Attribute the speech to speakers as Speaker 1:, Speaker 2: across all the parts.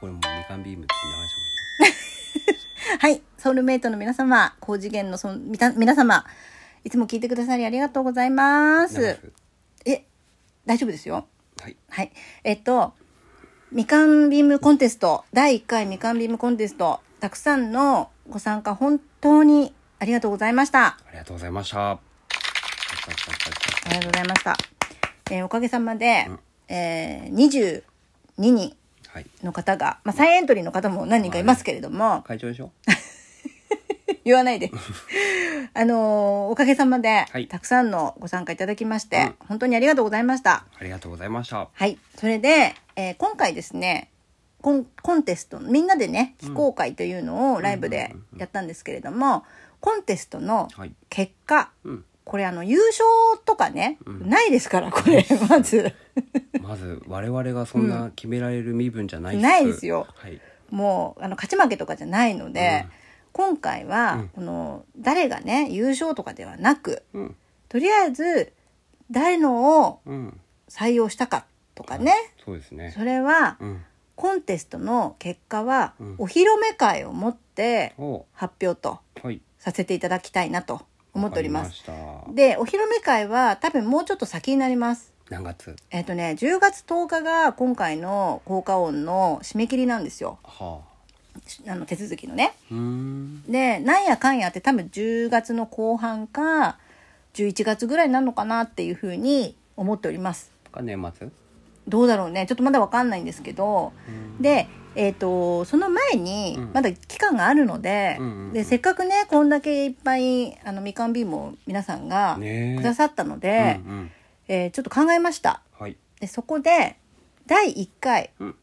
Speaker 1: これもうみかんビームって流した方がいい
Speaker 2: はい。ソウルメイトの皆様、高次元のその、みた皆様、いつも聞いてくださりありがとうございま
Speaker 1: な
Speaker 2: す。え、大丈夫ですよ。
Speaker 1: はい
Speaker 2: はい。えっと、みかんビームコンテスト、第1回みかんビームコンテスト、たくさんのご参加、本当にありがとうございました。
Speaker 1: ありがとうございました
Speaker 2: ありがとうございました。えーおかげさまで、えー22人
Speaker 1: はい
Speaker 2: の方が、まあ、再エントリーの方も何人かいますけれども、
Speaker 1: 会長でしょ
Speaker 2: 言わない で。あのーおかげさまで、
Speaker 1: はい
Speaker 2: たくさんのご参加いただきまして、
Speaker 1: うん
Speaker 2: 本当にありがとうございました。
Speaker 1: ありがとうございました
Speaker 2: はい。それで、えー今回ですね、コンコンテスト、みんなでね、非公開というのをライブでやったんですけれども、コンテストの
Speaker 1: はい
Speaker 2: 結果、
Speaker 1: うん
Speaker 2: これあの、優勝とかね、ないですから、これ、まず。
Speaker 1: まず我々がそんな決められる身分じゃないっ
Speaker 2: ないですよ
Speaker 1: はい
Speaker 2: もうあの勝ち負けとかじゃないの
Speaker 1: う
Speaker 2: で、
Speaker 1: ん
Speaker 2: 今回は、
Speaker 1: うん
Speaker 2: この誰がね優勝とかではなく
Speaker 1: うん
Speaker 2: とりあえず誰のを
Speaker 1: うん
Speaker 2: 採用したかとかね、
Speaker 1: そうですね
Speaker 2: それは、
Speaker 1: うん
Speaker 2: コンテストの結果は、
Speaker 1: うん
Speaker 2: お披露目会をもって
Speaker 1: お
Speaker 2: 発表と
Speaker 1: はい
Speaker 2: させていただきたいなと思っております。
Speaker 1: わかりまし
Speaker 2: でお披露目会は多分もうちょっと先になります。
Speaker 1: た何月
Speaker 2: えっ、とね10月10日が今回の効果音の締め切りなんですよ
Speaker 1: はあ
Speaker 2: あの手続きのね。
Speaker 1: うーん
Speaker 2: でなんやかんやって多分10月の後半か11月ぐらいになるのかなっていうふうに思っております
Speaker 1: か年末
Speaker 2: どうだろうねちょっとまだわかんないんですけどでえー、とその前に
Speaker 1: うん
Speaker 2: まだ期間があるので,、
Speaker 1: うんうんうん
Speaker 2: でせっかくねこんだけいっぱいあのみかんビームを皆さんが
Speaker 1: ねえ
Speaker 2: くださったので、
Speaker 1: うんうん
Speaker 2: えーちょっと考えました
Speaker 1: はい
Speaker 2: でそこで第1回、
Speaker 1: うん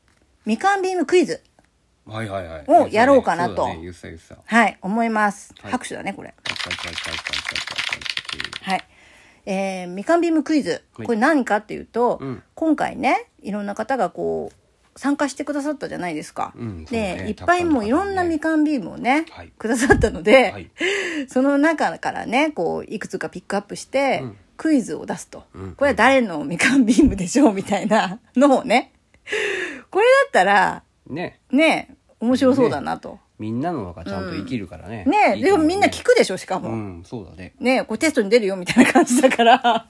Speaker 2: みかんビームクイズ
Speaker 1: はいはいはい
Speaker 2: をやろうかなと
Speaker 1: そうだね言ってた言ってた
Speaker 2: はい思います、
Speaker 1: はい
Speaker 2: 拍手だねこれ
Speaker 1: は
Speaker 2: はい。えー、みかんビームクイズ。
Speaker 1: はい
Speaker 2: これ何かっていうと、
Speaker 1: うん
Speaker 2: 今回ね、いろんな方がこう、参加してくださったじゃないですか。
Speaker 1: うんそう
Speaker 2: で、
Speaker 1: ね
Speaker 2: いっぱいもういろんなみかんビームをね、
Speaker 1: はい
Speaker 2: くださったので、
Speaker 1: い。
Speaker 2: その中からね、こう、いくつかピックアップして、
Speaker 1: うん
Speaker 2: クイズを出すと。
Speaker 1: うん
Speaker 2: これは誰のみかんビームでしょうみたいな のをね。これだったら、
Speaker 1: ね、
Speaker 2: ね、面白そうだなと。
Speaker 1: みんなのがちゃんと生きるからね。
Speaker 2: ねでもみんな聞
Speaker 1: く。
Speaker 2: くでしょ、しかも。
Speaker 1: うん、そうだね。
Speaker 2: ねこれテストに出るよみたいな感じだから。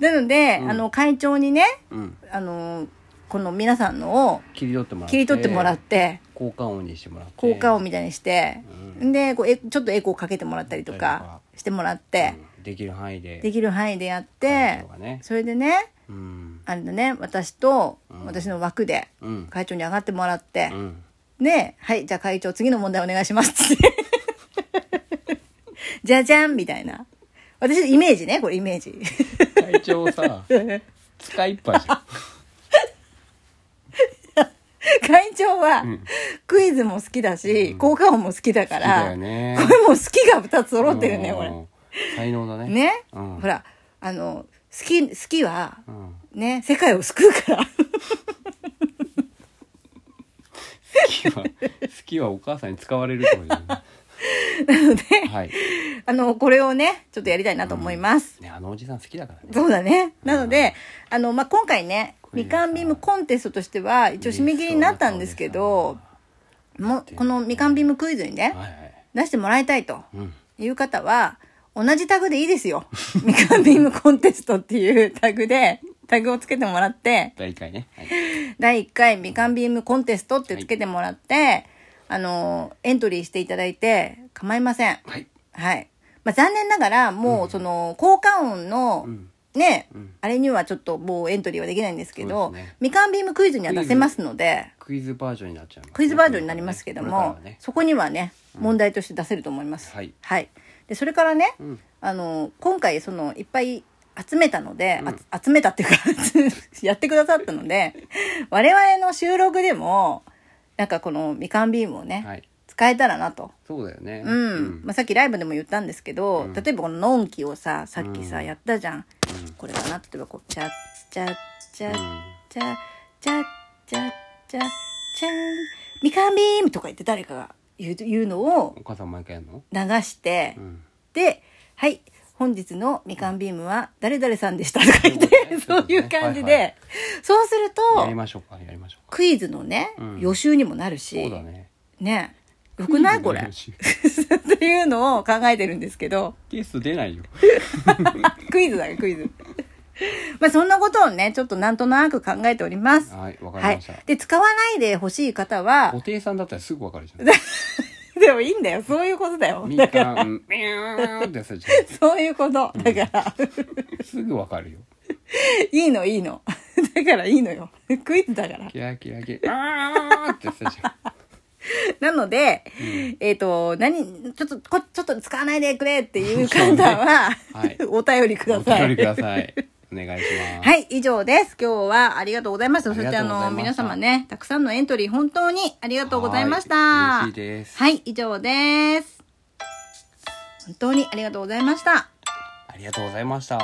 Speaker 2: なので、あの、会長にね、
Speaker 1: うん。
Speaker 2: あの、この皆さんのを
Speaker 1: 切り取ってもらって。
Speaker 2: 切り取ってもらって、
Speaker 1: 効果音にしてもらって。
Speaker 2: 効果音みたいにして、、
Speaker 1: うん
Speaker 2: で、こうえちょっとエコーかけてもらったりと
Speaker 1: と
Speaker 2: か
Speaker 1: か
Speaker 2: してもらって、
Speaker 1: うんできる範囲で。
Speaker 2: できる範囲でやっ
Speaker 1: 会
Speaker 2: て
Speaker 1: 長、がね
Speaker 2: それでね、
Speaker 1: うん。
Speaker 2: あれだね、私と
Speaker 1: うん
Speaker 2: 私の枠で
Speaker 1: うん。
Speaker 2: 会長に上がってもらって
Speaker 1: う、ん。
Speaker 2: で、はい、じゃあ会長、次の問題お願いしますって。 じゃじゃんみたいな。私のイメージね、これイメージ。
Speaker 1: 会長さ、使いっぱいじゃん。
Speaker 2: 会長は、
Speaker 1: ん
Speaker 2: クイズも好きだし、効果音も好きだか
Speaker 1: 好きだ
Speaker 2: ら、
Speaker 1: よね
Speaker 2: これもう好きが2つ揃ってるね、これ。
Speaker 1: もう才能だね。。
Speaker 2: ね、
Speaker 1: うん
Speaker 2: ほら、あの、好き、好きは、
Speaker 1: うん。好
Speaker 2: ね、世界を救うから。
Speaker 1: きは、好きはお母さんに使われるって ことなので。はい。
Speaker 2: あの、これをね、ちょっとやりたいなと思います。
Speaker 1: ね、あのおじさん好きだからね。
Speaker 2: そうだね。なので、あの、まあ、今回ね、
Speaker 1: れ
Speaker 2: みかんビームコンテストとしては、一応締め切りになったんですけど、もう、このみかんビームクイズにね
Speaker 1: はい、はい。
Speaker 2: 出してもらいたいと。
Speaker 1: うん。
Speaker 2: いう方は、同じタグでいいですよ。 みかんビームコンテストっていう タグで、タグをつけてもらって、
Speaker 1: 第一回ね。はい。
Speaker 2: 第1回みかんビームコンテストってつけてもらって、あの、エントリーしていただいて構いません。
Speaker 1: はい。
Speaker 2: はい。まあ、残念ながら、もうその、効果音の、
Speaker 1: うん
Speaker 2: ね、
Speaker 1: うん
Speaker 2: あれにはちょっともうエントリーはできないんですけ
Speaker 1: そ
Speaker 2: ど、
Speaker 1: うですね
Speaker 2: みかんビームクイズには出せますので、
Speaker 1: クイズバージョンになっちゃう、
Speaker 2: クイズバージョンになりますけど
Speaker 1: これから
Speaker 2: も、
Speaker 1: はね
Speaker 2: そこにはね問題として出せると思います、
Speaker 1: はい
Speaker 2: でそれからね、
Speaker 1: うん
Speaker 2: あの今回そのいっぱい集めたので、あつ集めたっていうかやってくださったので我々の収録でもなんかこのみかんビームをね、
Speaker 1: はい
Speaker 2: 使えたらなと。
Speaker 1: そうだよね
Speaker 2: うんまあ、さっきライブでも言ったんですけど、例えばこの「のんき」をささっきさ、やったじゃん、これかな例えばこう「チャッチャッチャッチャチャチャチャチャンみかんビームとか言って誰かが言う言うのを
Speaker 1: お母さん毎回やるの
Speaker 2: 流して、
Speaker 1: うん
Speaker 2: で「はい本日のみかんビームは誰々さんでした」とか言って、
Speaker 1: うん
Speaker 2: そういう感じで、
Speaker 1: はいは
Speaker 2: そうする
Speaker 1: やり
Speaker 2: と
Speaker 1: ましょうかやりましょ
Speaker 2: クイズのね、
Speaker 1: うん
Speaker 2: 予習にもなるし
Speaker 1: そうだね
Speaker 2: ねよくない これっていうのを考えてるんですけど
Speaker 1: ケース出ないよ
Speaker 2: クイズだよクイズまあそんなことをねちょっとなんとなく考えております
Speaker 1: はいわか
Speaker 2: は
Speaker 1: り
Speaker 2: い
Speaker 1: ました、
Speaker 2: で使わないでほしい方は
Speaker 1: 固定さんだったらすぐわかるじゃん
Speaker 2: でもいいんだよそういうことだよ
Speaker 1: ミ
Speaker 2: だ
Speaker 1: ー
Speaker 2: か
Speaker 1: かららうんミューンってやつじゃ
Speaker 2: そういうことだから、
Speaker 1: んすぐわかるよ
Speaker 2: いいのいいの だからいいのよクイズだから
Speaker 1: キラキラキラあーってやつじゃん
Speaker 2: なので、えっ、と、何、ちょっと、こ、ちょっと使わないでくれっていう方は、
Speaker 1: そうね
Speaker 2: お便りください。
Speaker 1: お便りくださいお願いします
Speaker 2: はい、以上です。今日はありがとうございました。
Speaker 1: あ
Speaker 2: そ
Speaker 1: りが
Speaker 2: して
Speaker 1: と
Speaker 2: あ
Speaker 1: うございました
Speaker 2: の、皆様ね、たくさんのエントリー本当にありがとうございました。
Speaker 1: はい嬉しいです
Speaker 2: はい、以上です。本当にありがとうございました。
Speaker 1: ありがとうございました